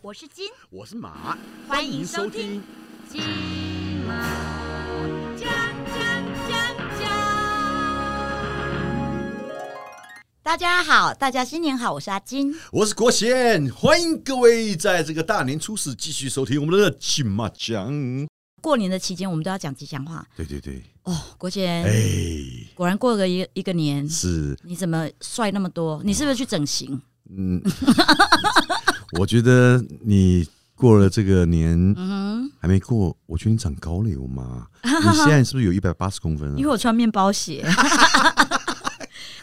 我是金，我是马，欢迎收听。金马奖奖奖奖。大家好，大家新年好，我是阿金。我是国贤，欢迎各位在这个大年初四继续收听我们的金马奖。过年的期间，我们都要讲吉祥话对对对，哦。国贤，哎，果然过了一一个年，是，你怎么帅那么多？你是不是去整形？嗯，我觉得你过了这个年嗯，还没过，我觉得你长高了有 吗？你现在是不是有一百八十公分因了？为我穿面包鞋。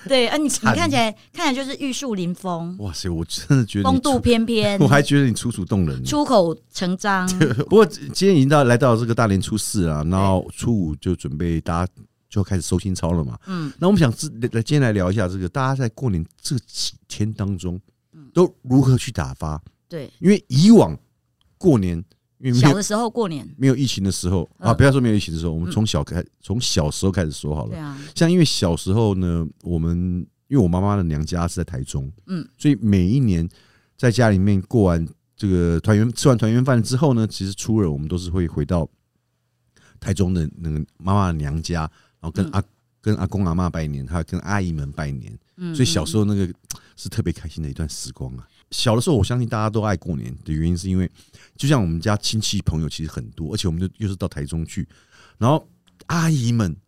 对啊，你你惨看起来看起来就是玉树临风，哇塞，我真的觉得你风度楚，翩翩，我还觉得你楚楚动人呢。出口成章。 不过今天已经到来到这个大年初四啊，然后初五就准备大家就开始收心操了嘛。嗯，那我们想知来来今天来聊一下这个大家在过年这几天当中，嗯都如何去打发？对，因为以往过年因为没小有的时候过年， 没有疫情的时候啊，嗯不要说没有疫情的时候，我们从小开从小时候开始说好对了。啊，像因为小时候呢，我们因为我妈妈的娘家是在台中，嗯，所以每一年在家里面过完这个团圆吃完团圆饭之后呢，其实初二我们都是会回到台中的那个妈妈的娘家，然后跟嗯阿、跟阿公阿妈拜年，还有跟阿姨们拜年，嗯，所以小时候那个是特别开心的一段时光啊。小的时候，我相信大家都爱过年的原因，是因为就像我们家亲戚朋友其实很多，而且我们就又是到台中去，然后阿姨们、嗯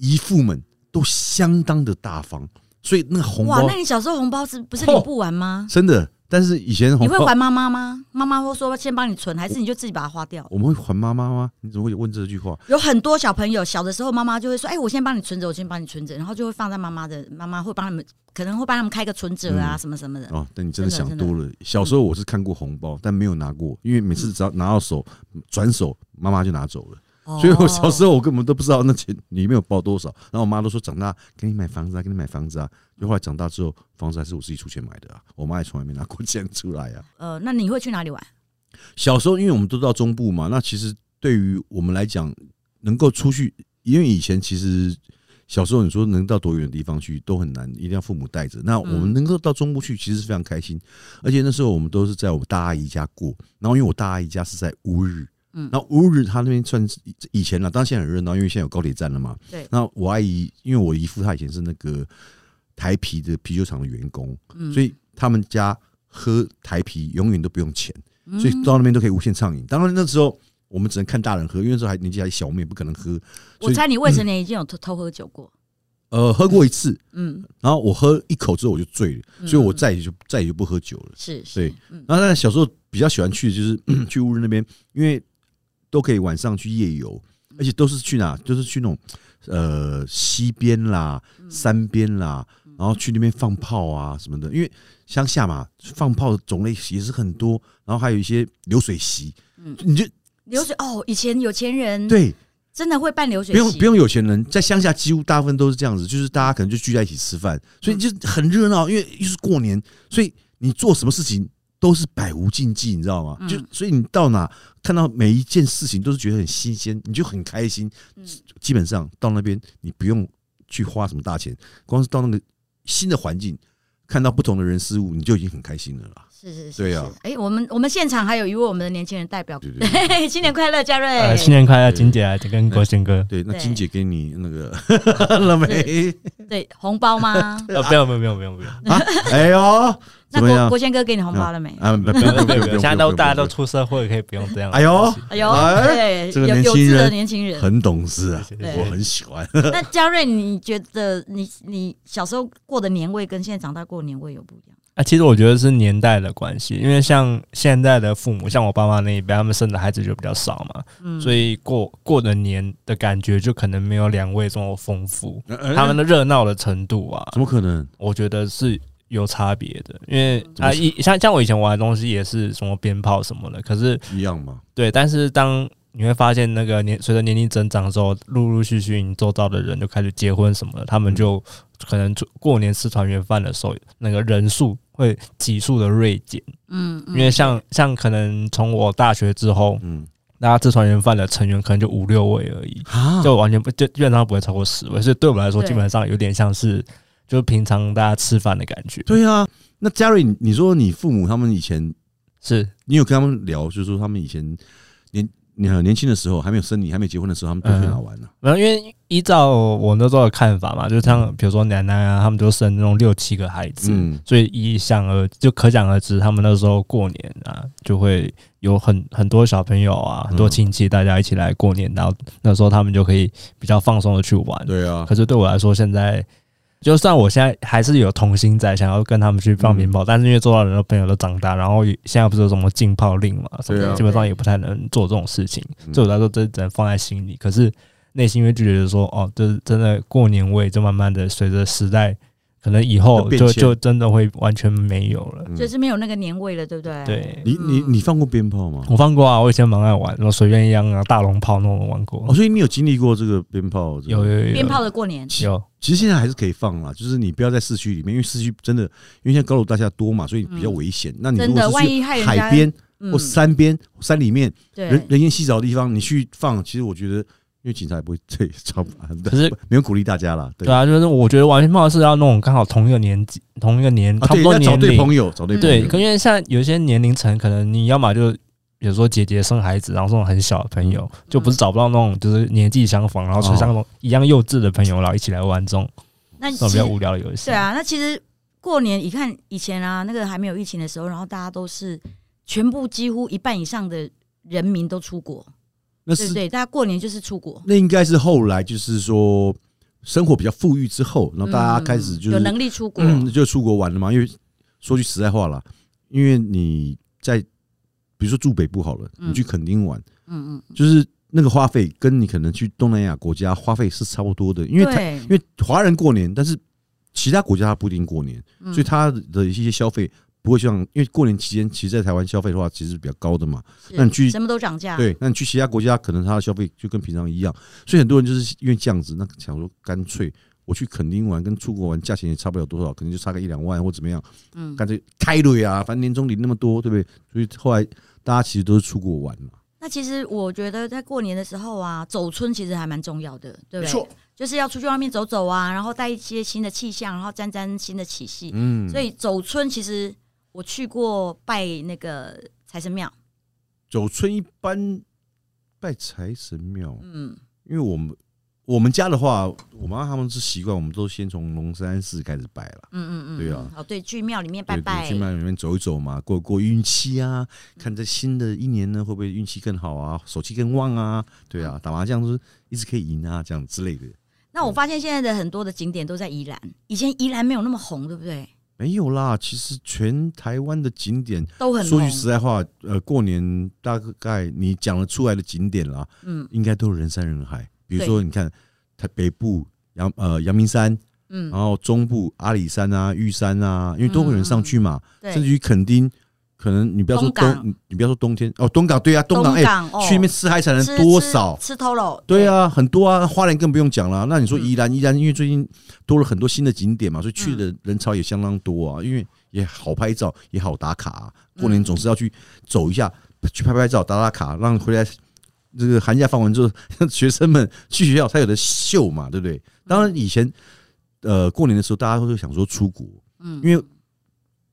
姨父们都相当的大方，所以那个红嗯哇，包那你小时候红包是不是领不完吗？真的，但是以 前红哦你会包还妈妈吗？妈妈会说先帮你存，还是你就自己把它花掉？我们会还妈妈吗？你怎么会问这 句话？有很多小朋友小的时候，妈妈就会说：“哎、我先帮你存着，我先帮你存着。”然后就会放在妈妈的，妈妈会帮他们，可能会帮他们开个存折啊，什么什么的。哦，但你真真的的想真的多了。小时候我是看过红包，但没有拿过，因为每次只要拿到手，转手妈妈就拿走了。哦所以我小时候我根本都不知道那钱里面有包多少。然后我妈都说长大给你买房子啊，给你买房子啊。就后来长大之后，房子还是我自己出钱买的啊，我妈也从来没拿过钱出来啊。呃，那你会去哪里玩？小时候因为我们都到中部嘛，那其实对于我们来讲，能够出去，因为以前其实小时候你说能到多远的地方去都很难，一定要父母带着。那我们能够到中部去，其实是非常开心。而且那时候我们都是在我大阿姨家过，然后因为我大阿姨家是在乌日。嗯那乌日他那边算是以前了，当然现在很热闹，因为现在有高铁站了嘛。对那我阿姨，因为我姨父他以前是那个台啤的啤酒厂的员工，嗯所以他们家喝台啤永远都不用钱。嗯所以到那边都可以无限畅饮。当然那时候我们只能看大人喝，因为那时候还年纪还小，我们也不可能喝。所我以嗯猜你未成年已经有偷偷喝酒过。呃，喝过一次，嗯，然后我喝一口之后我就醉了，所以我再也就再也就不喝酒了。是是嗯对，然后但是小时候比较喜欢去的就是 去乌日那边，因为都可以晚上去夜游，而且都是去哪，就是去那种呃溪边啦、山边啦，然后去那边放炮啊什么的。因为乡下嘛，放炮的种类也是很多，然后还有一些流水席，你就流水哦，以前有钱人对。真的会办流水不用席不用有钱人，在乡下几乎大部分都是这样子，就是大家可能就聚在一起吃饭，所以嗯就很热闹，因为又是过年，所以你做什么事情都是百无禁忌，你知道吗？嗯就所以你到哪看到每一件事情都是觉得很新鲜，你就很开心。嗯基本上到那边你不用去花什么大钱，光是到那个新的环境，看到不同的人事物，你就已经很开心了啦。 是是是，对啊呀。哎、我们我们现场还有一位我们的年轻人代表，对对对 新年快乐，嘉瑞、哎呃，新年快乐，金姐啊，跟国贤哥。对，那对金姐给你 那个了没？对， 红包 吗？呃，不用不用不用不用不用，哎呦，那怎么样国国？贤哥给你红包了没？啊，不不不用不不用不不不，用，现在都大家都出社会，可以不用这样。哎呦，哎呦，哎对，这个有年有轻志的人年轻人。很懂事啊谢，谢对我很喜欢。那嘉瑞，你觉得你你小时候过的年味跟现在长大过的年味有不一样？啊，其实我觉得是年代的关系，因为像现在的父母，像我爸妈那一辈，他们生的孩子就比较少嘛，嗯，所以过过的年的感觉就可能没有两位这么丰富，他他们的热闹的程度啊，怎么可能？我觉得是有差别的。因为怎么啊，说一像像我以前玩的东西也是什么鞭炮什么的，可是一样嘛，对，但是当你会发现，那个年随着年龄增长之后，陆陆续续你周遭的人就开始结婚什么的，嗯他们就可能出过年吃团圆饭的时候，那个人数会急速的锐减，嗯，嗯因为像像可能从我大学之后，嗯大家吃团圆饭的成员可能就五六位而已，啊，就完全不就基本上不会超过十位，所以对我们来说，嗯对基本上有点像是就是平常大家吃饭的感觉。对啊。那嘉瑞，你你说你父母他们以前是你有跟他们聊，就是说他们以前年年年轻的时候，还没有生你，还没结婚的时候，他们都去哪玩呢、然后因为依照我那时候的看法嘛，就嗯像比如说奶奶啊，他们就生那种六七个孩子，嗯，所以一想而就可想而知，他们那时候过年啊，就会有很很多小朋友啊，很多亲戚大家一起来过年，然后那时候他们就可以比较放松的去玩。对啊，可是对我来说，现在就算我现在还是有童心在，想要跟他们去嗯放鞭炮，但是因为周遭人的朋友都长大，然后也现在不是有什么禁炮令嘛，什对么的，啊基本上也不太能做这种事情，嗯所以我来说这只能放在心里。可是内心会就觉得说，哦，这真的过年味，就慢慢的随着时代，可能以后会变就迁就真的会完全没有了。嗯所以是没有那个年味了，对不对？对你你你放过鞭炮吗？我放过啊，我以前蛮爱玩，然后随便一样啊，大龙炮那种玩过哦，，所以你有经历过这个鞭炮？有有有有鞭炮的过年，有，其实现在还是可以放啦，就是你不要在市区里面，因为市区真的，因为现在高楼大厦多嘛，所以比较危险。那你如真果的，是万去一害人家海边嗯或山边、山里面人对，人烟稀少的地方，你去放，其实我觉得，因为警察也不会对抓吧，可是 没有鼓励大家啦。对对啊，就是我觉得玩鞭炮是要那种刚好同一个年纪、同一个年、啊，差不对，多要找年对龄。朋友，找对朋对，友。可因为像有些年龄层，可能你要么就比如说姐姐生孩子，然后这种很小的朋嗯友，就不是找不到那种就是年纪相仿，然哦后就像那种一样幼稚的朋友，然后一起来玩这种那这种其比实较无聊的游戏。对，啊，那其实过年，你看以前啊，那个还没有疫情的时候，然后大家都是全部几乎一半以上的人民都出国，那对不是对？大家过年就是出国，那应该是后来就是说生活比较富裕之后，然后大家嗯开始就是有能力出国，嗯，就出国玩了嘛。因为说句实在话啦，因为你在比如说住北部好了，嗯你去垦丁玩，嗯嗯，就是那个花费跟你可能去东南亚国家花费是差不多的，因为他对，因为华人过年，但是其他国家他不一定过年，嗯所以他的一些消费不会像，因为过年期间其实，在台湾消费的话其实是比较高的嘛。嗯是那你去什么都涨价，对，那你去其他国家，可能他的消费就跟平常一样，所以很多人就是因为这样子，那想说干脆我去垦丁玩跟出国玩，价钱也差不了多少，可能就差个一两万或怎么样，嗯，干脆开队啊，反正年终领那么多，对不对？所以后来大家其实都是出国玩嘛，那其实我觉得在过年的时候啊，走村其实还蛮重要的，对不对？没错，就是要出去外面走走啊，然后带一些新的气象，然后沾沾新的气息。嗯，所以走村其实我去过拜那个财神庙，走村一般拜财神庙，嗯，因为我们我们家的话，我妈他们是习惯，我们都先从龙山寺开始拜了。嗯嗯嗯，对啊哦对，去庙里面对拜对拜，去庙里面走一走嘛，过过运气啊，看这新的一年呢会不会运气更好啊，手气更旺啊，对嗯啊，打麻将就是一直可以赢啊，这样之类的。那我发现现在的很多的景点都在宜兰，以前宜兰没有那么红，对不对？没有啦，其实全台湾的景点，都很说句红，实在话，呃，过年大概你讲得出来的景点啦，嗯应该都人山人海。比如说，你看台北部阳呃阳明山，然嗯，后中部阿里山啊、玉山啊，因为都会有人上去嗯嘛，甚至对，于垦丁，可能你不要说东港冬，你不要说冬天哦，东港对啊，东港哎、港哦去那边吃海产的吃多少吃？吃透了，对，啊，很多啊，花莲更不用讲了。那你说嗯宜兰，宜兰因为最近多了很多新的景点嘛，所以去的人潮也相当多啊。因为也好拍照，也好打卡、啊。过年总是要去走一下，去拍拍照、打打卡，让回来这个寒假放完之后， 让学生们去学校才有的秀嘛，对不对？当然以前呃过年的时候，大家会想说出国，嗯，因为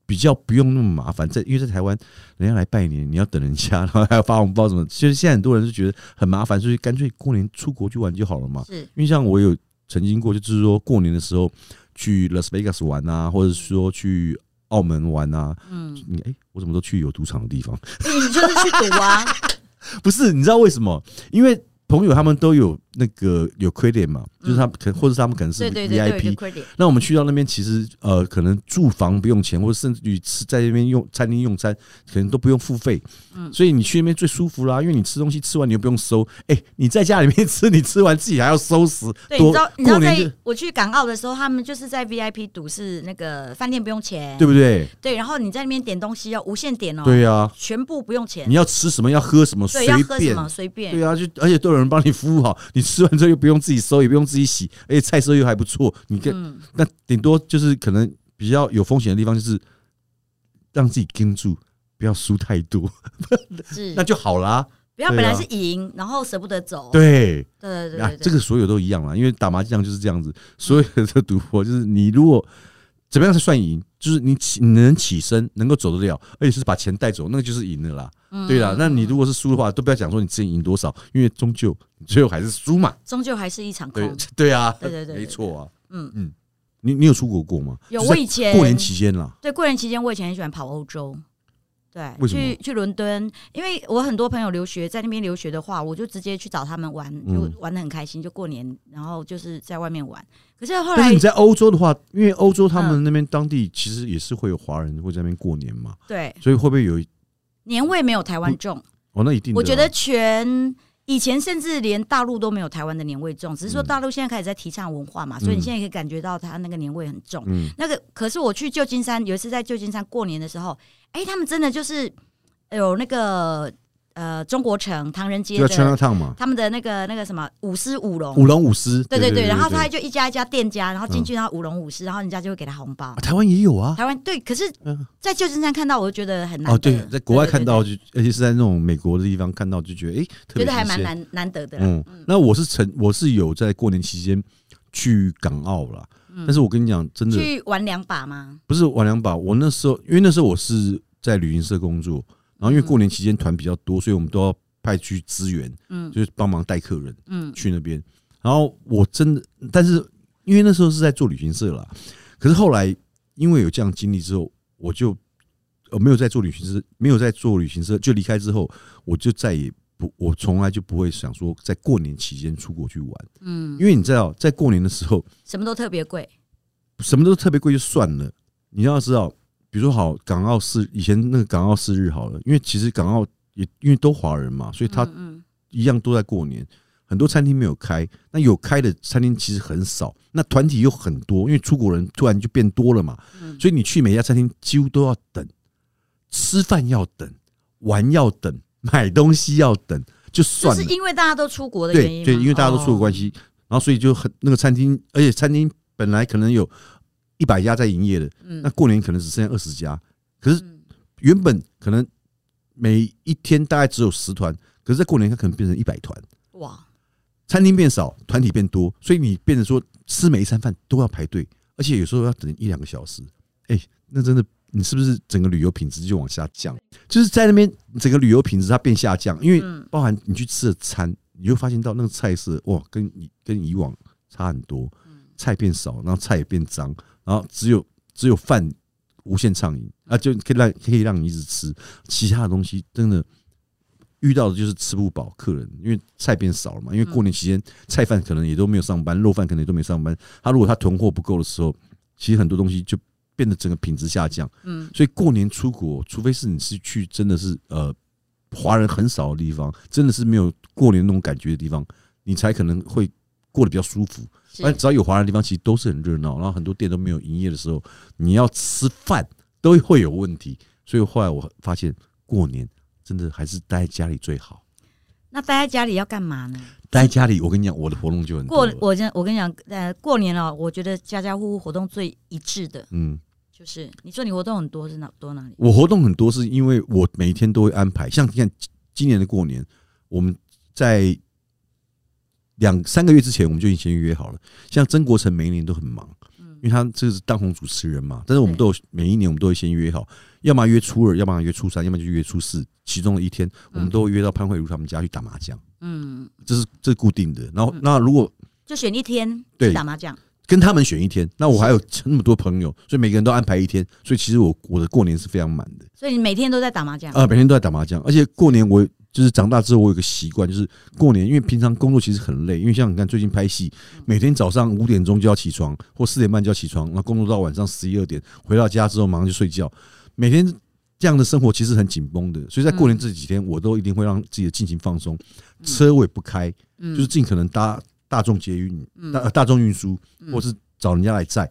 比较不用那么麻烦，在因为在台湾，人家来拜年，你要等人家，然后还要发红包什么，其实现在很多人就觉得很麻烦，所以干脆过年出国去玩就好了嘛。是因为像我有曾经过，就是说过年的时候去 Las Vegas 玩啊，或者说去澳门玩啊，嗯， 你哎、我怎么都去有赌场的地方？你就是去赌啊，不是，你知道为什么？因为朋友他们都有那个有 credit 嘛，就是他们可能或者是他们可能 是对对对对， VIP，有 credit，那我们去到那边，其实呃，可能住房不用钱，或者甚至于吃在那边用餐厅用餐，可能都不用付费。嗯所以你去那边最舒服啦，因为你吃东西吃完你又不用收。哎、你在家里面吃，你吃完自己还要收拾，对，你多知道你知过道在年就我去港澳的时候，他们就是在 VIP 赌是那个饭店不用钱，对不对？对，然后你在那边点东西要无限点哦，对呀，全部不用钱你，要吃什么，要喝什么，随对，要喝什便。么随便，对啊，就而且都有人帮你服务好，你吃完之后又不用自己收，也不用自己洗，而且菜色又还不错。你看，嗯，那顶多就是可能比较有风险的地方，就是让自己盯住，不要输太多，是啊那，就好啦。不要本来对啊是赢，然后舍不得走，对哦对对啊对，，这个所有都一样啦，因为打麻将就是这样子，所有的赌博就是你如果怎么样才算赢，就是你起你能起身，能够走得了，而且是把钱带走，那个就是赢了啦。嗯对啦，那你如果是输的话，都不要讲说你自己赢多少，因为终究最后还是输嘛。终究还是一场对空。对啊，对对对对没错啊。嗯嗯，你你有出国过吗？有，就是我在以前过年期间啦，对过年期间，我以前很喜欢跑欧洲。对，为什么去去伦敦，因为我很多朋友留学在那边留学的话，我就直接去找他们玩，就嗯玩的很开心，就过年，然后就是在外面玩。可是后但是来嗯你，在欧洲的话，因为欧洲他们那边当地其实也是会有华人会在那边过年嘛，对所以会不会有一？年味没有台湾不重，哦，那一定的啊。我觉得全以前甚至连大陆都没有台湾的年味重，只是说嗯大陆现在开始在提倡文化嘛，所以你嗯现在可以感觉到它那个年味很重。嗯，那个可是我去旧金山有一次在旧金山过年的时候，哎、他们真的就是有那个呃中国城唐人街就叫的 Chinatown 嘛，他们的那个那个什么舞狮舞龙。舞龙舞狮。对对对对，然后对嗯他就一家一家店家，然后进去，然后舞龙舞狮，然后人家就会给他红包啊。台湾也有啊。台湾对，可是嗯，在旧金山看到，我就觉得很难哦，得对，在国外看到对就，而且是在那种美国的地方看到，就觉得哎，特对对别觉得还蛮新鲜难难得的啦。嗯，那我是曾我是有在过年期间去港澳啦，但是我跟你讲，真的嗯去玩两把吗？不是玩两把。我那时候因为那时候我是在旅行社工作，然后因为过年期间团比较多，所以我们都要派去支援，嗯就是帮忙带客人嗯去那边。然后我真的，但是因为那时候是在做旅行社啦，可是后来因为有这样经历之后，我就呃没有在做旅行社，没有在做旅行社，就离开之后，我就再也不，我从来就不会想说在过年期间出国去玩，嗯，因为你知道，在过年的时候什么都特别贵。什么都特别贵就算了，你要知道，比如说好港澳四以前那个港澳四日好了，因为其实港澳也因为都华人嘛，所以他嗯嗯一样都在过年，很多餐厅没有开，那有开的餐厅其实很少，那团体又很多，因为出国人突然就变多了嘛，嗯所以你去每家餐厅几乎都要等，吃饭要等，玩要等，买东西要等，就就算是了，因为大家都出国的原因对吗，哦对，因为大家都出国关系。系，然后所以就很那个餐厅，而且餐厅本来可能有一百家在营业的，嗯那过年可能只剩下二十家，可是嗯原本可能每一天大概只有十团，可是在过年它可能变成一百团。哇，餐厅变少，团体变多，所以你变成说吃每一餐饭都要排队，而且有时候要等一两个小时。哎、那真的，你是不是整个旅游品质就往下降？就是在那边整个旅游品质它变下降，因为嗯包含你去吃的餐，你就发现到那个菜色哇，跟你跟以往差很多，菜变少，然后菜也变脏，然后只有只有饭无限畅饮啊，就可以让可以让你一直吃，其他的东西真的遇到的就是吃不饱客人，因为菜变少了嘛，因为过年期间菜贩可能也都没有上班，肉贩可能也都没上班，他如果他囤货不够的时候，其实很多东西就变得整个品质下降，嗯，所以过年出国，除非是你是去真的是呃华人很少的地方，真的是没有过年那种感觉的地方，你才可能会过得比较舒服。是反正只要有华人的地方，其实都是很热闹，然后很多店都没有营业的时候，你要吃饭都会有问题。所以后来我发现，过年真的还是待在家里最好。那待在家里要干嘛呢？待在家里，我跟你讲，我的活动就很多过了。我跟我跟你讲，呃，过年了，我觉得家家户户活动最一致的嗯，就是，你说你活动很多是哪多哪里？我活动很多是因为我每天都会安排，像你看今年的过年，我们在两三个月之前我们就已经先约好了。像曾国成每一年都很忙，因为他这是当红主持人嘛，但是我们对都有每一年我们都会先约好，要么约初二，要么约初三，要么就约初四，其中的一天我们都会约到潘慧茹他们家去打麻将，嗯，这是这是固定的。然后嗯那如果就选一天对去打麻将。跟他们选一天，那我还有那么多朋友，所以每个人都安排一天，所以其实我我的过年是非常满的。所以你每天都在打麻将，啊，每天都在打麻将，而且过年我就是长大之后，我有个习惯，就是过年，因为平常工作其实很累，因为像你看最近拍戏，每天早上五点钟就要起床，或四点半就要起床，然后工作到晚上十一二点，回到家之后马上就睡觉，每天这样的生活其实很紧绷的，所以在过年这几天，我都一定会让自己的尽情放松，车我也不开，嗯，就是尽可能搭大众捷运、嗯大大众运输，嗯或是找人家来载，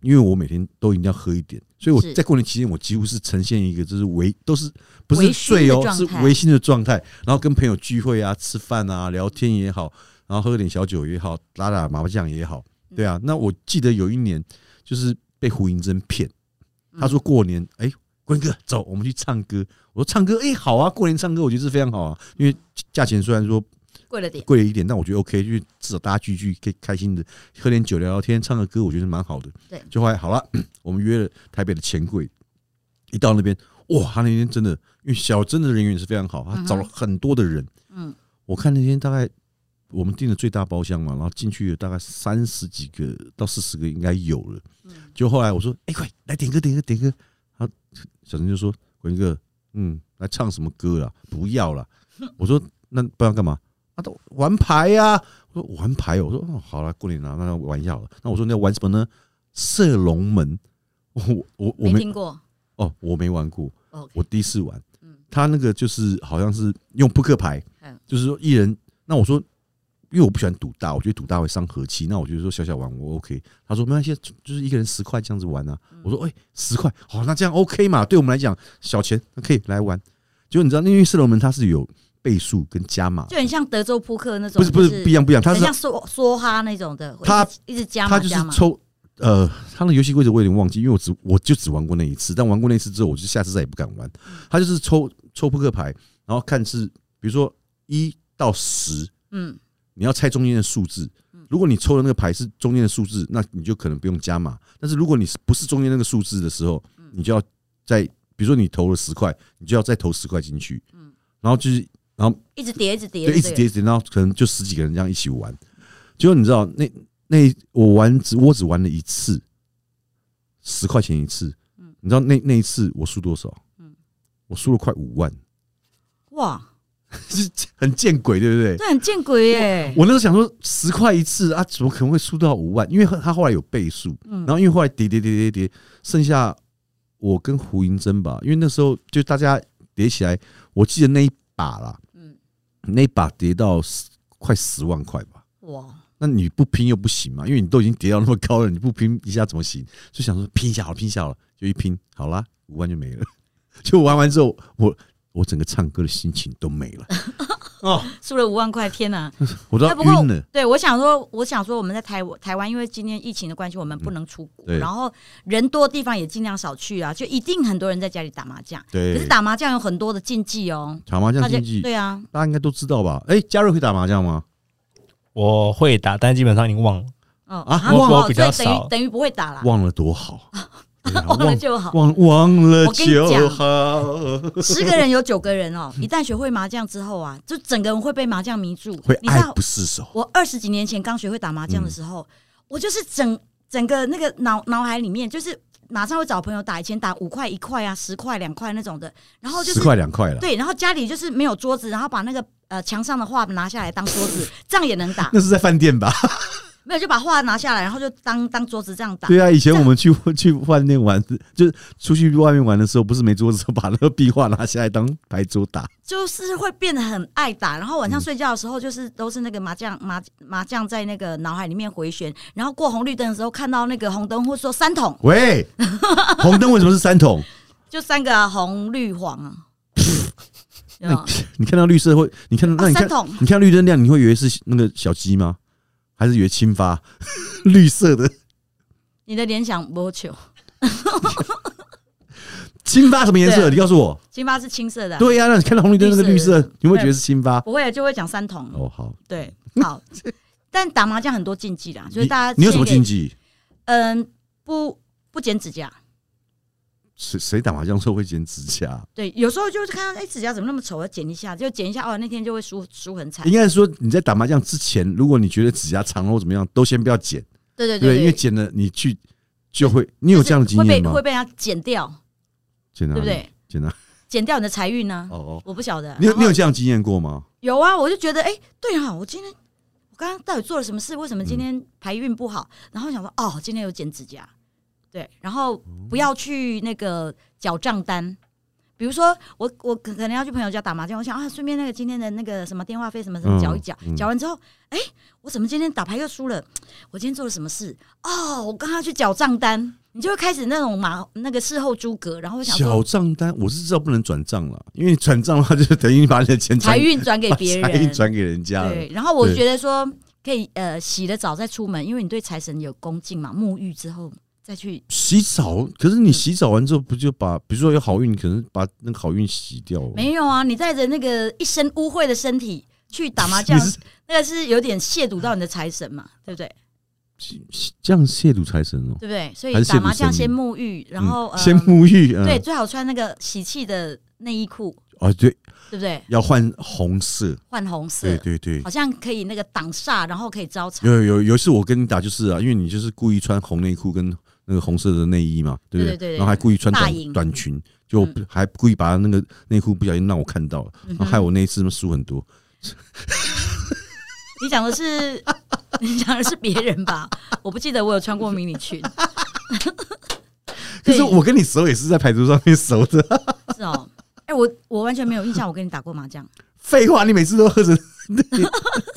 因为我每天都一定要喝一点，所以我是在过年期间，我几乎是呈现一个就是微都是不是微醺的醉哦，状是态微醺的状态，然后跟朋友聚会啊、吃饭啊、聊天也好，然后喝点小酒也好，打打麻将也好，嗯对啊。那我记得有一年就是被胡银珍骗，嗯他说过年哎。关哥，走，我们去唱歌。我说唱歌，哎、好啊，过年唱歌，我觉得是非常好啊。因为价钱虽然说贵了点。贵了一点，但我觉得 OK，因为至少大家聚聚，可以开心的喝点酒、聊聊天、唱个歌，我觉得蛮好的。对就后来好了， 我们约了台北的钱柜，一到那边，哇，他那天真的，因为小珍的人缘是非常好，他找了很多的人。嗯，我看那天大概我们订的最大包厢嘛，然后进去大概三十几个到四十个应该有了。就后来我说，哎、快来点歌，点歌，点歌。他小陈就说，文哥，嗯，来唱什么歌啦？不要啦。我说那不要干嘛？啊，都玩牌呀、我说玩牌哦，我说、哦、好了，过年了，那玩一下好了。那我说你要玩什么呢？射龙门，我我我没没听过。哦哦，我没玩过， OK，我第一次玩嗯。他那个就是好像是用扑克牌嗯，就是说一人。那我说，因为我不喜欢赌大，我觉得赌大会伤和气。那我就说小小玩我 OK。他说没关系，就就是一个人十块这样子玩啊。嗯我说哎、十块，好、那这样 OK 嘛？对我们来讲小钱，那可以来玩。结果你知道，因为射龙门它是有倍数跟加码的，就很像德州扑克那种，不是不就是不一样不一样，它很是像梭梭哈那种的，他会一直一直加他嘛就是加嘛。抽呃，他的游戏规则我有点忘记，因为我只我就只玩过那一次，但玩过那一次之后，我就下次再也不敢玩。嗯他就是抽抽扑克牌，然后看是比如说一到十，嗯，你要猜中间的数字。如果你抽的那个牌是中间的数字，那你就可能不用加码。但是如果你是不是中间那个数字的时候，嗯你就要再比如说你投了十块，你就要再投十块进去。嗯然后就是一直叠一直叠，对，一直叠一直叠，然后可能就十几个人这样一起玩。结果你知道，那那我玩只我只玩了一次，十块钱一次。你知道那那一次我输多少？我输了快五万， 哇，很见鬼，对不对？这很见鬼耶！我那时候想说十块一次啊，怎么可能会输到五万？因为他后来有倍数，嗯然后因为后来叠叠叠叠叠，剩下我跟胡银珍吧，因为那时候就大家叠起来，我记得那一把啦，嗯那一把叠到十快十万块吧。哇，那你不拼又不行嘛，因为你都已经跌到那么高了，你不拼一下怎么行？就想说拼一下好了，拼一下好了，就一拼，好啦，五万就没了。 就玩完之后，我我整个唱歌的心情都没 了，哦，输了五万块，天哪！我都要哎哎不过晕了。对，我想说，我想说，我们在台台湾，因为今天疫情的关系，我们不能出国，嗯对然后人多地方也尽量少去啊，就一定很多人在家里打麻将。可对是，打麻将有很多的禁忌哦，打麻将大家竞技，对啊，大家应该都知道吧？哎，嘉瑞会打麻将吗？我会打，但基本上已经忘了。哦啊啊我忘了我比较所以等少于等于不会打啦，忘了 多好，对啊啊忘了就好。忘忘了我跟你就讲好，十个人有九个人哦，一旦学会麻将之后啊，就整个人会被麻将迷住。会你知爱道不释手。我二十几年前刚学会打麻嗯将的时候，我就是整整个那个脑脑海里面就是马上会找朋友打，以前打五块、一块啊、十块、两块那种的，然后就十是块两块了，对，然后家里就是没有桌子，然后把那个呃墙上的画拿下来当桌子，这样也能 打，那是在饭店吧？没有就把画拿下来，然后就当当桌子这样打。对啊，以前我们去 去饭店玩，就是出去外面玩的时候，不是没桌子，把那个壁画拿下来当牌桌打。就是会变得很爱打，然后嗯晚上睡觉的时候就是都是那个麻将麻麻将在那个脑海里面回旋，然后过红绿灯的时候看到那个红灯或者说三筒， 喂，红灯为什么是三筒？ 就三个、啊、红绿黄啊，有那没你有你看到绿色会，你看到那啊你三看筒你看到绿灯亮，你会以为是那个小鸡吗？还是以为青发 绿色的你的联想不球，青发什么颜色？对你告诉我。青发是青色的啊、对呀、那你看到红绿灯那个绿色绿色，你会觉得是青发？不会就会讲三筒，哦，好。对， 好。但打麻将很多禁忌啦，所以大家你你有什么建禁议？忌？嗯，不不剪指甲。谁谁打麻将的时候会剪指甲？对，有时候就是看到哎、指甲怎么那么丑，要剪一下，就剪一下哦，那天就会输输很惨应。该是说你在打麻将之前，如果你觉得指甲长了或怎么样，都先不要剪。对对对，因为对，剪了你去就会，你有这样的经会验被吗会？被人家剪掉，剪哪对里不？对？嗯剪哪里？剪掉你的财运呢？哦哦，我不晓得。你有然你后有这样经验过吗？有啊，我就觉得，哎、对啊，我今天我刚刚到底做了什么事？为什么今嗯天排运不好？然后想说，哦，今天有剪指甲，对，然后哦不要去那个缴账单。比如说，我我可可能要去朋友家打麻将，我想啊，顺便那个今天的那个什么电话费什么什么嗯缴一缴，嗯缴、完之后，哎、我怎么今天打牌又输了？我今天做了什么事？哦，我刚刚去缴账单，你就会开始那种马那个事后诸葛，然后我想小说账单我是知道不能转账了，因为转账的话就等于你把你的钱 财运转给把别 财运人，转给人家了。对，然后我对觉得说可以呃洗了澡再出门，因为你对财神有恭敬嘛，沐浴之后再去洗澡，可是你洗澡完之后，不就把比如说有好运，可能把那个好运洗掉了。没有啊？你带着那个一身污秽的身体去打麻 将你是，那个是有点亵渎到你的财神嘛，对不对？这样亵渎财神哦，对不对？所还以是亵渎打麻将神先明沐浴，然后、嗯呃、先沐浴，嗯对，最好穿那个喜气的内衣裤，哦对，对不对？要换红色，换红色，对对对好，像可以那个挡煞，然后可以招财。有有有有一次我跟你打就是啊，因为你就是故意穿红内裤跟那个红色的内衣嘛，对不对对对对然后还故意穿大嗯短赢短裙，就还故意把那个内裤不小心让我看到了，嗯然后害我那一次输很多。你讲的是 你讲的是别人吧？我不记得我有穿过迷你 裙。可对是我跟你熟也是在排球上面熟的， 是哦，哎、我我完全没有印象，我跟你打过麻将，废话，你每次都喝着， 你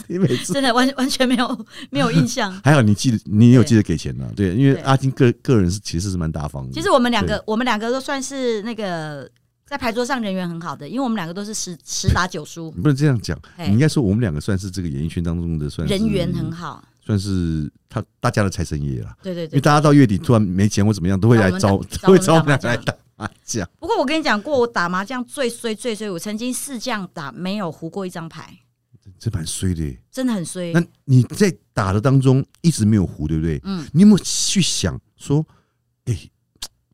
你每 次真的完完全没有没有印象。还好你记得，你有对记得给钱呢、对，因为对阿金个个人是其实是蛮大方的。其实我们两个，我们两个都算是那个在牌桌上人缘很好的，因为我们两个都是十十打九输，你不能这样讲，哎你应该说我们两个算是这个演艺圈当中的算是人缘很，好。算是他大家的财神爷了。对对因为对。大家到月底突然没钱或怎么样，都会那来我们招，打都会找招我我们们打麻俩来将打麻将。不过我跟你讲过，我打麻将最衰最衰，我曾经四将打没有胡过一张牌，这蛮衰的耶。真的很衰。那你在打的当中一直没有胡，对不对？嗯，你有没有去想说，哎、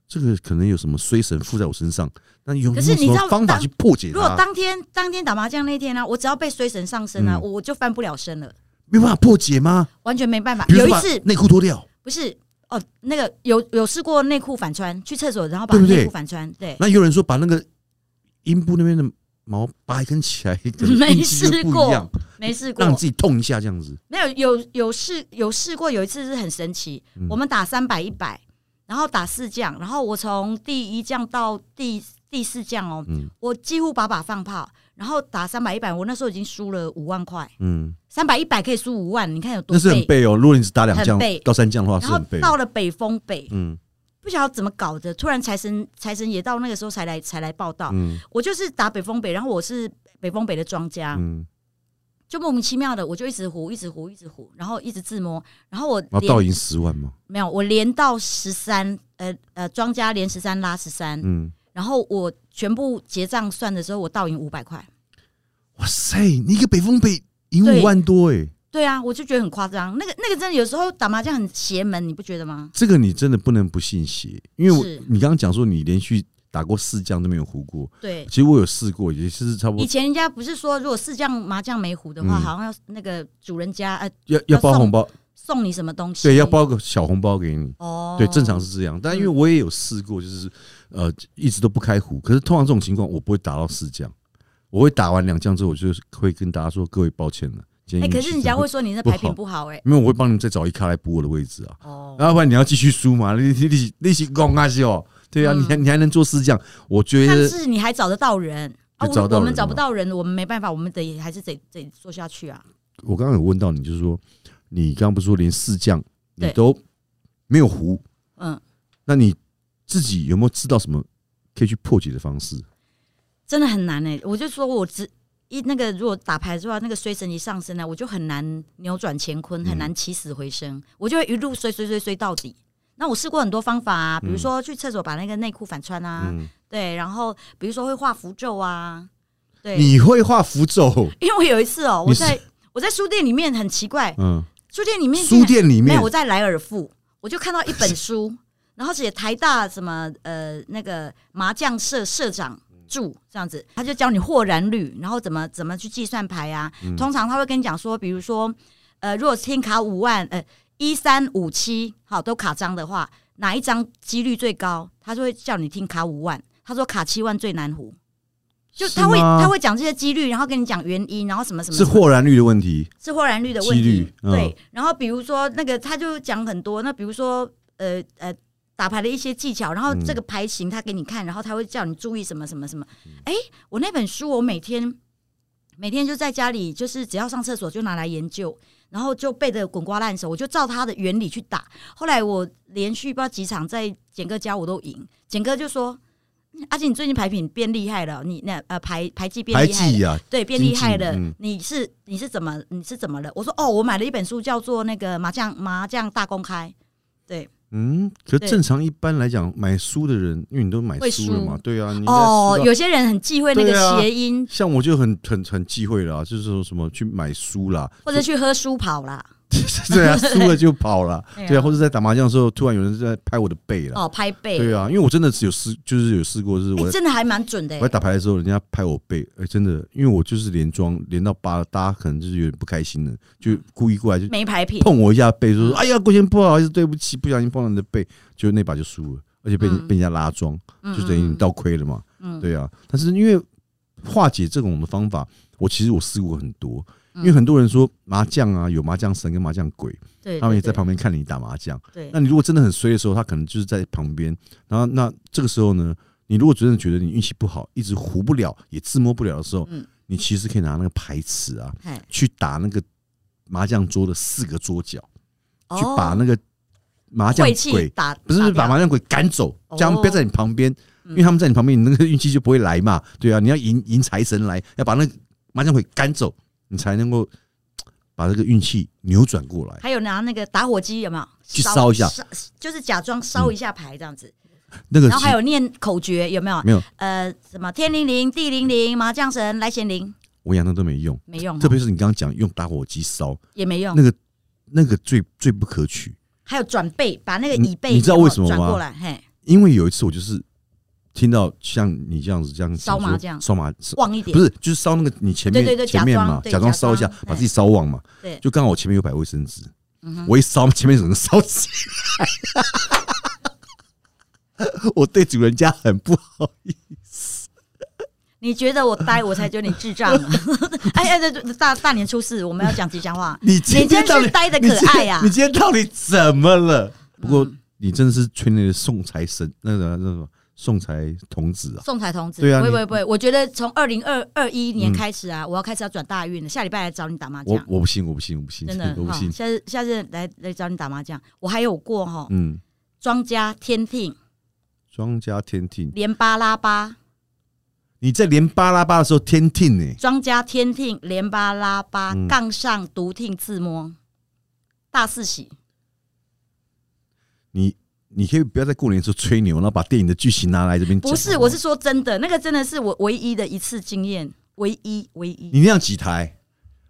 这个可能有什么衰神附在我身上？那有没可有是你什知道么方法当去破解如果它？当天当天打麻将那天啊呢、我只要被衰神上身啊，嗯我我就翻不了身了，没有办法破解吗？完全没办法。比如啊有说一把次内裤脱掉，不是哦，那个有有试过内裤反穿，去厕所然后把对不对内裤反穿，对， 那有人说把那个阴部那边的毛拔一根起来，可 能没运气就试不一样过，没试让你过自，己痛一下这样子。没有有有试有试过，有一次是很神奇，嗯我们打三百一百，然后打四将，然后我从第一将到第第四将哦，嗯我几乎把把放炮，然后打三百一百，我那时候已经输了五万块，嗯，三百一百可以输五万，你看有多那是很背哦。如果你只打两很将背到三将的话，然是后很背。到了北风北，嗯不晓得怎么搞的，突然财神财神也到那个时候才来才来报道，嗯我就是打北风北，然后我是北风北的庄家，嗯，就莫名其妙的我就一直胡，一直胡，一直胡，然后一直自摸，然后我然后连啊哦倒赢十万嘛。没有，我连到十三，呃呃，庄家连十三拉十三、嗯，然后我全部结账算的时候，我倒赢五百块。哇塞，你一个北风北赢对五万多哎、对啊，我就觉得很夸张。那个那个真的有时候打麻将很邪门，你不觉得吗？这个你真的不能不信邪，因为我是你刚刚讲说你连续打过四将都没有胡过，对其，实我有试过，也是差不以多前人家不是说如果四将麻将没胡的话，嗯好像要那个主人家呃要要包送红包，送你什么东西？对，要包个小红包给你。哦，对，正常是这样，但因为我也有试过，就是呃一直都不开胡，可是通常这种情况我不会打到四将，我会打完两将之后，我就会跟大家说各位抱歉了，今哎、天可运是气真人家的会说你那嗯不牌品好不好哎、没有，我会帮你们再找一咖来补我的位置啊。哦，要不然你要继续输嘛，你你你你是讲啊是哦，对啊，嗯你还你还能做四将，我觉但得是你还找得到人啊？就找我到人我们找了不到人，我们没办法，我们得还是得得做下去啊。我刚刚有问到你，就是说你刚刚不是说连四将你对都没有胡，嗯，那你自己有没有知道什么可以去破解的方式？真的很难哎、我就说我只一那个如果打牌之后，那个衰神一上身呢，啊我就很难扭转乾坤，嗯很难起死回生，我就会一路衰衰衰衰到底。那我试过很多方法啊，比如说去厕所把那个内裤反穿啊，嗯，对，然后比如说会画符咒啊，对，你会画 符咒，因为我有一次哦、我你是在我在书店里面很奇怪，嗯，书店里面竟书然店里没面有，我在莱尔富，我就看到一 本书，然后写台大什么呃那个麻将社社长住这样子，他就教你豁然率，然后怎么怎么去计算牌啊。嗯通常他会跟你讲说，比如说呃，如果天卡五万呃一三五七好都卡张的话，哪一张几率最高？他就会叫你听卡五万，他说卡七万最难胡。就是他会吗他会讲这些几率，然后跟你讲原因，然后什么什么什是么豁然率的问题，是豁然率的问题。几率嗯对，然后比如说那个，他就讲很多，那比如说呃呃。打牌的一些技巧，然后嗯嗯这个牌型他给你看，然后他会叫你注意什么什么什么。哎、我那本书我每天每天就在家里，就是只要上厕所就拿来研究，然后就背得滚瓜烂熟，我就照他的原理去打。后来我连续不知道几场在简哥家我都赢，简哥就说：“嗯阿姐，你最近牌品变厉害了，你那呃牌牌技变还厉害了记啊，对，变精厉害进了。嗯你是你是怎么你是怎么了？我说哦，我买了一本书，叫做那个麻将麻将大公开。对，嗯，可对正常一般来讲，买书的人，因为你都买会书了嘛输，对啊，你在哦书，到有些人很忌讳那对啊个谐音，像我就很很很忌讳啦，就是说什么去买书啦，或者去喝书跑啦， 对啊，输了就跑了， 对啊对啊，或者在打麻将的时候，突然有人在拍我的背了，哦，拍背，对啊，因为我真的是有试，就是有试过，就是哎我在真的还蛮准的我在欸。打牌的时候，人家拍我背，哎，真的，因为我就是连庄连到八，大家可能就是有点不开心了，嗯就故意过来就没牌品，碰我一下背，就说：“嗯哎呀，郭先生不好意思，对不起，不小心碰到你的背。”就那把就输了，而且被、嗯被人家拉庄，嗯就等于你倒亏了嘛。嗯对啊，但是因为化解这种的方法，我其实我试过很多，因嗯为很多人说麻将啊，有麻将神跟麻将鬼，对，他们也在对旁边看你打麻将。对那你如果真的很衰的时候，他可能就是在旁边，然后那这个时候呢，你如果真的觉得你运气不好，一直胡不了，也自摸不了的时候嗯，你其实可以拿那个牌尺啊，哎去打那个麻将桌的四个桌角。去哦把那个麻将晦气鬼，打，不是打不是把掉麻将鬼赶走，哦叫他们不要在你旁边，嗯因为他们在你旁边，你那个运气就不会来嘛。对啊，你要迎迎财神来，要把那个麻将鬼赶走，你才能够嘖把这个运气扭转过来。还有拿那个打火机有没有去烧一下烧就是假装烧一下牌这样子，那个然后还嗯是有念口诀有没有？没有，呃，什么天灵灵、地灵灵、麻将神、来显灵，我养的都没用，没用哦，特别是你刚刚讲用打火机烧也没用那。个那个最最不可取，还有转背，把那个你椅背你知道有没有为什么吗转过来，嘿，因为有一次我就是听到像你这样子这样烧麻说将烧麻晃一点，不是，就是烧那个你前面对对对前面假装嘛，对假装烧一假下装，把自己烧旺嘛。对嗯就刚好我前面有摆卫生纸，我一烧，前面整个烧起来。 我对主人家很不好意思，，你觉得我呆，我才觉得你智障啊。 哎哎，对对，大大年初四我们要讲吉祥话 你你今真天到是底呆的你可今爱啊呀你！今天到底怎么了？不过你真的是吹那个送财神那个那什么送财童子啊，宋彩童子，对啊不会你嗯不会不会，我觉得从二零二二一年开始啊，我要开始要转大运了，下礼拜来找你打麻我将，我不信，我不信，我不信，啊真的 我不哈信。下次下次来来找你打麻将，我还有过哈，嗯，庄家天听庄家天听，连巴拉巴，你在连巴拉巴的时候天听呢？庄家天听连巴拉巴嗯杠上独听自摸，大四喜，你你可以不要在过年的时候吹牛，然后把电影的剧情拿来这边讲。不是，好好我是说真的，那个真的是我唯一的一次经验，唯一唯一你那样几台？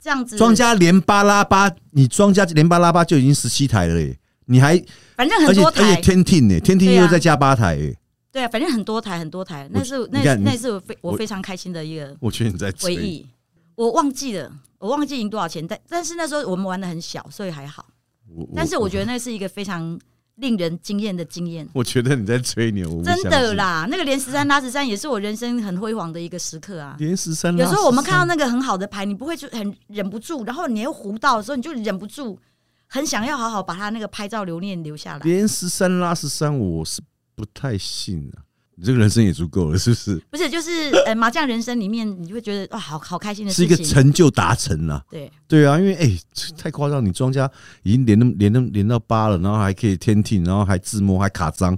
这样子，庄家连巴拉巴，你庄家连巴拉巴就已经十七台了耶，你还反正而很且多而且台，天听呢，天听对啊又再加八台耶，对啊，反正很多台很多台，那是你那看你那是我非我我非常开心的一个我觉得你在回吹。忆，我忘记了，我忘记赢多少钱，但但是那时候我们玩的很小，所以还好。我但是我觉得那是一个非常令人惊艳的经验，我觉得你在吹牛，我不真相的信。啦，那个连十三拉十三也是我人生很辉煌的一个时刻啊。连十三，有时候我们看到那那个很好的牌，你不会就很忍不住，然后你又胡到的时候，你就忍不住很想要好好把它那个拍照留念留下来。连十三拉十三，我是不太信啊。你这个人生也足够了，是不是？不是，就是呃，麻将人生里面，你会觉得哇，好好开心的是事一个情。成就达成啊。对，对啊，因为哎、这太夸张，你庄家已经连那么连那么连到八了，然后还可以天听，然后还自摸，还卡张，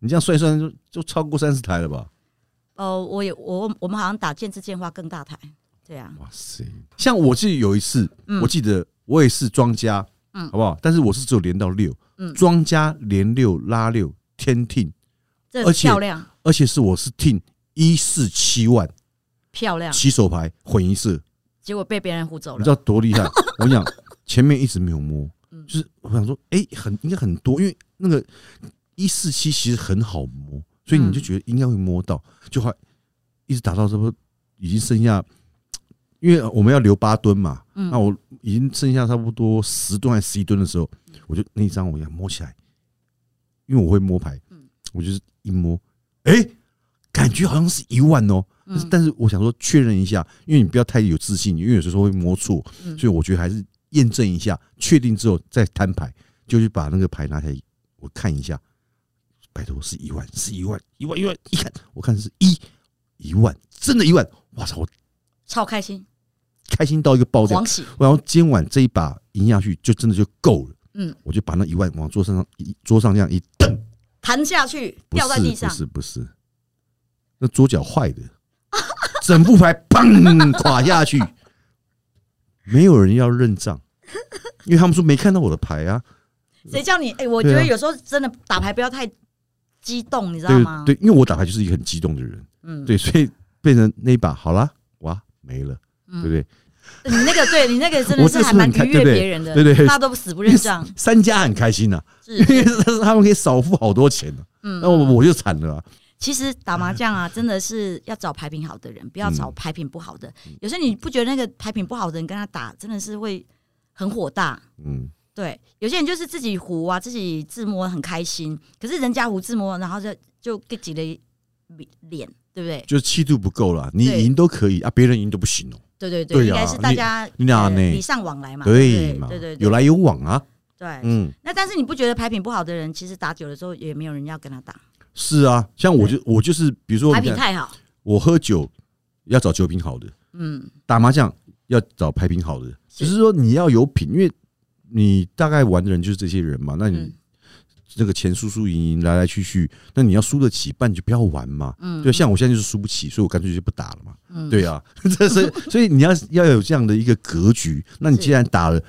你这样算一算就就超过三十台了吧？哦，我也我我们好像打见字见话更大台，对啊，哇塞！像我记得有一次，嗯我记得我也是庄家，嗯好不好？但是我是只有连到六，嗯庄家连六拉六天听，这而且漂亮而且是我是听一四七万漂亮，起手牌混一色，结果被别人唬走你了知。道多厉害？ 我跟你讲，前面一直没有摸嗯，就是我想说，哎、很应该很多，因为那个一四七其实很好摸，所以你就觉得应该会摸到，嗯就还一直打到这不已经剩下，因为我们要留八吨嘛，嗯那我已经剩下差不多十吨还是十一吨的时候，嗯我就那一张我想摸起来，因为我会摸牌嗯，我就是一摸，哎、感觉好像是一万哦、但是嗯但是我想说确认一下，因为你不要太有自信，因为有时候会摸错，嗯所以我觉得还是验证一下，确定之后再摊牌，就去把那个牌拿起来，我看一下，拜托是一万，是一万，一万一万，一看我看是一一万，真的一万，哇操，我超开心，开心到一个爆掉狂，喜，然后今晚这一把赢下去就真的就够了，嗯，我就把那一万往桌上上一桌上这样一蹬，弹下去，不掉在是地不上，是不是，那桌角坏的，整副牌砰垮下去，没有人要认账，因为他们说没看到我的牌啊。谁叫你？哎、我觉对啊得有时候真的打牌不要太激动，你知道对吗？对，因为我打牌就是一个很激动的人，嗯，对，所以变成那一把好啦，哇没了，对不嗯，对？你那个对你那个真的我是这还是蛮很开愉悦对对别人的，对对大家都死不认 账，三家很开心呐、啊是因为他们可以少付好多钱、啊、嗯那。我我就惨了啊、其实打麻将啊，真的是要找牌品好的人，不要找牌品不好的。嗯有时候你不觉得那个牌品不好的人跟他打，真的是会很火大。嗯，对，有些人就是自己胡啊，自己自摸很开心，可是人家胡自摸，然后就就给挤了一脸，对不对？就是气度不够啦，你对赢都可以啊，别人赢都不行哦、对对对应啊该是大家你哪呃呢礼尚往来嘛，对对嘛，对对对哎有来有往啊，对。嗯，那但是你不觉得牌品不好的人，其实打久了之后也没有人要跟他打，是啊，像我就我就是，比如说牌你品看太好，我喝酒要找酒品好的，嗯，打麻将要找牌品好的，只是说你要有品，因为你大概玩的人就是这些人嘛，那你嗯这个钱输输赢赢来来去去，那你要输得起，不然你就不要玩嘛。嗯对，啊像我现在就是输不起，所以我干脆就不打了嘛。嗯对啊， 这所以所以你要要有这样的一个格局，那你是既然打了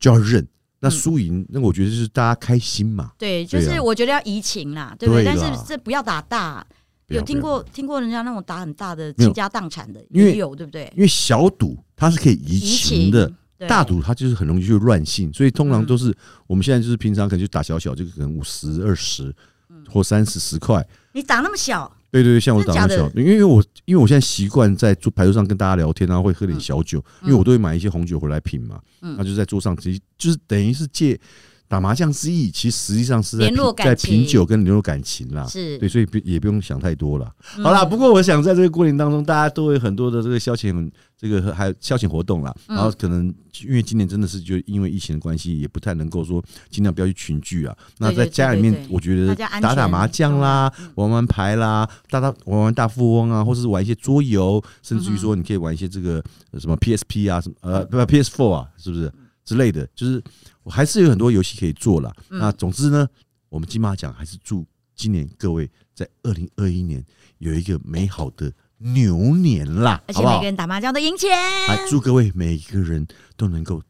就要认，那嗯输赢那我觉得就是大家开心嘛。对，就对是啊我觉得要怡情啦，对不对？对但啦是这不要打大，不要有听？不要过听过人家那种打很大的没有倾家荡产的，因为也有对不对？因为小赌它是可以移怡情的，，对大赌它就是很容易就乱性，所以通常嗯都是、我们现在就是平常可能就打小小，就可能五十、二十嗯或三十、十块。你打那么小，对对对，像我真假打那的小，因为因为我因为我现在习惯在桌牌桌上跟大家聊天啊，会喝点小酒，因为我都会买一些红酒回来品嘛，嗯那就在桌上直接就是等于是借打麻将之意，其实实际上是在联络品在感品情酒跟联络感情啦。是啊嗯对，所以不也不用想太多了。好啦，不过我想在这个过年当中，大家都有很多的这个消遣，这个还有消遣活动啦。嗯然后可能因为今年真的是就因为疫情的关系，也不太能够说尽量不要去群聚啊。那对在对家对里面对，对我觉得大家安打打全嗯麻将啦，玩玩牌啦，大大玩玩大富翁啊，或者是玩一些桌游，甚至于嗯说你可以玩一些这个呃什么 PSP 啊，什么呃不 PS4 啊，是不是之类的？就是我还是有很多游戏可以做啦。嗯那总之呢，我们金马奖还是祝今年各位在二零二一年有一个美好的牛年啦，而且好不每好个？人打麻将都赢钱，来，祝各位每一个人都能够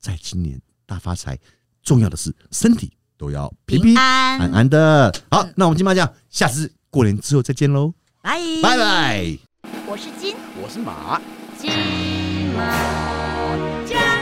在今年大发财。重要的是身体都要平平平安，安安的。好，那我们金马奖下次过年之后再见喽，拜拜。拜。我是金我是马。金马奖。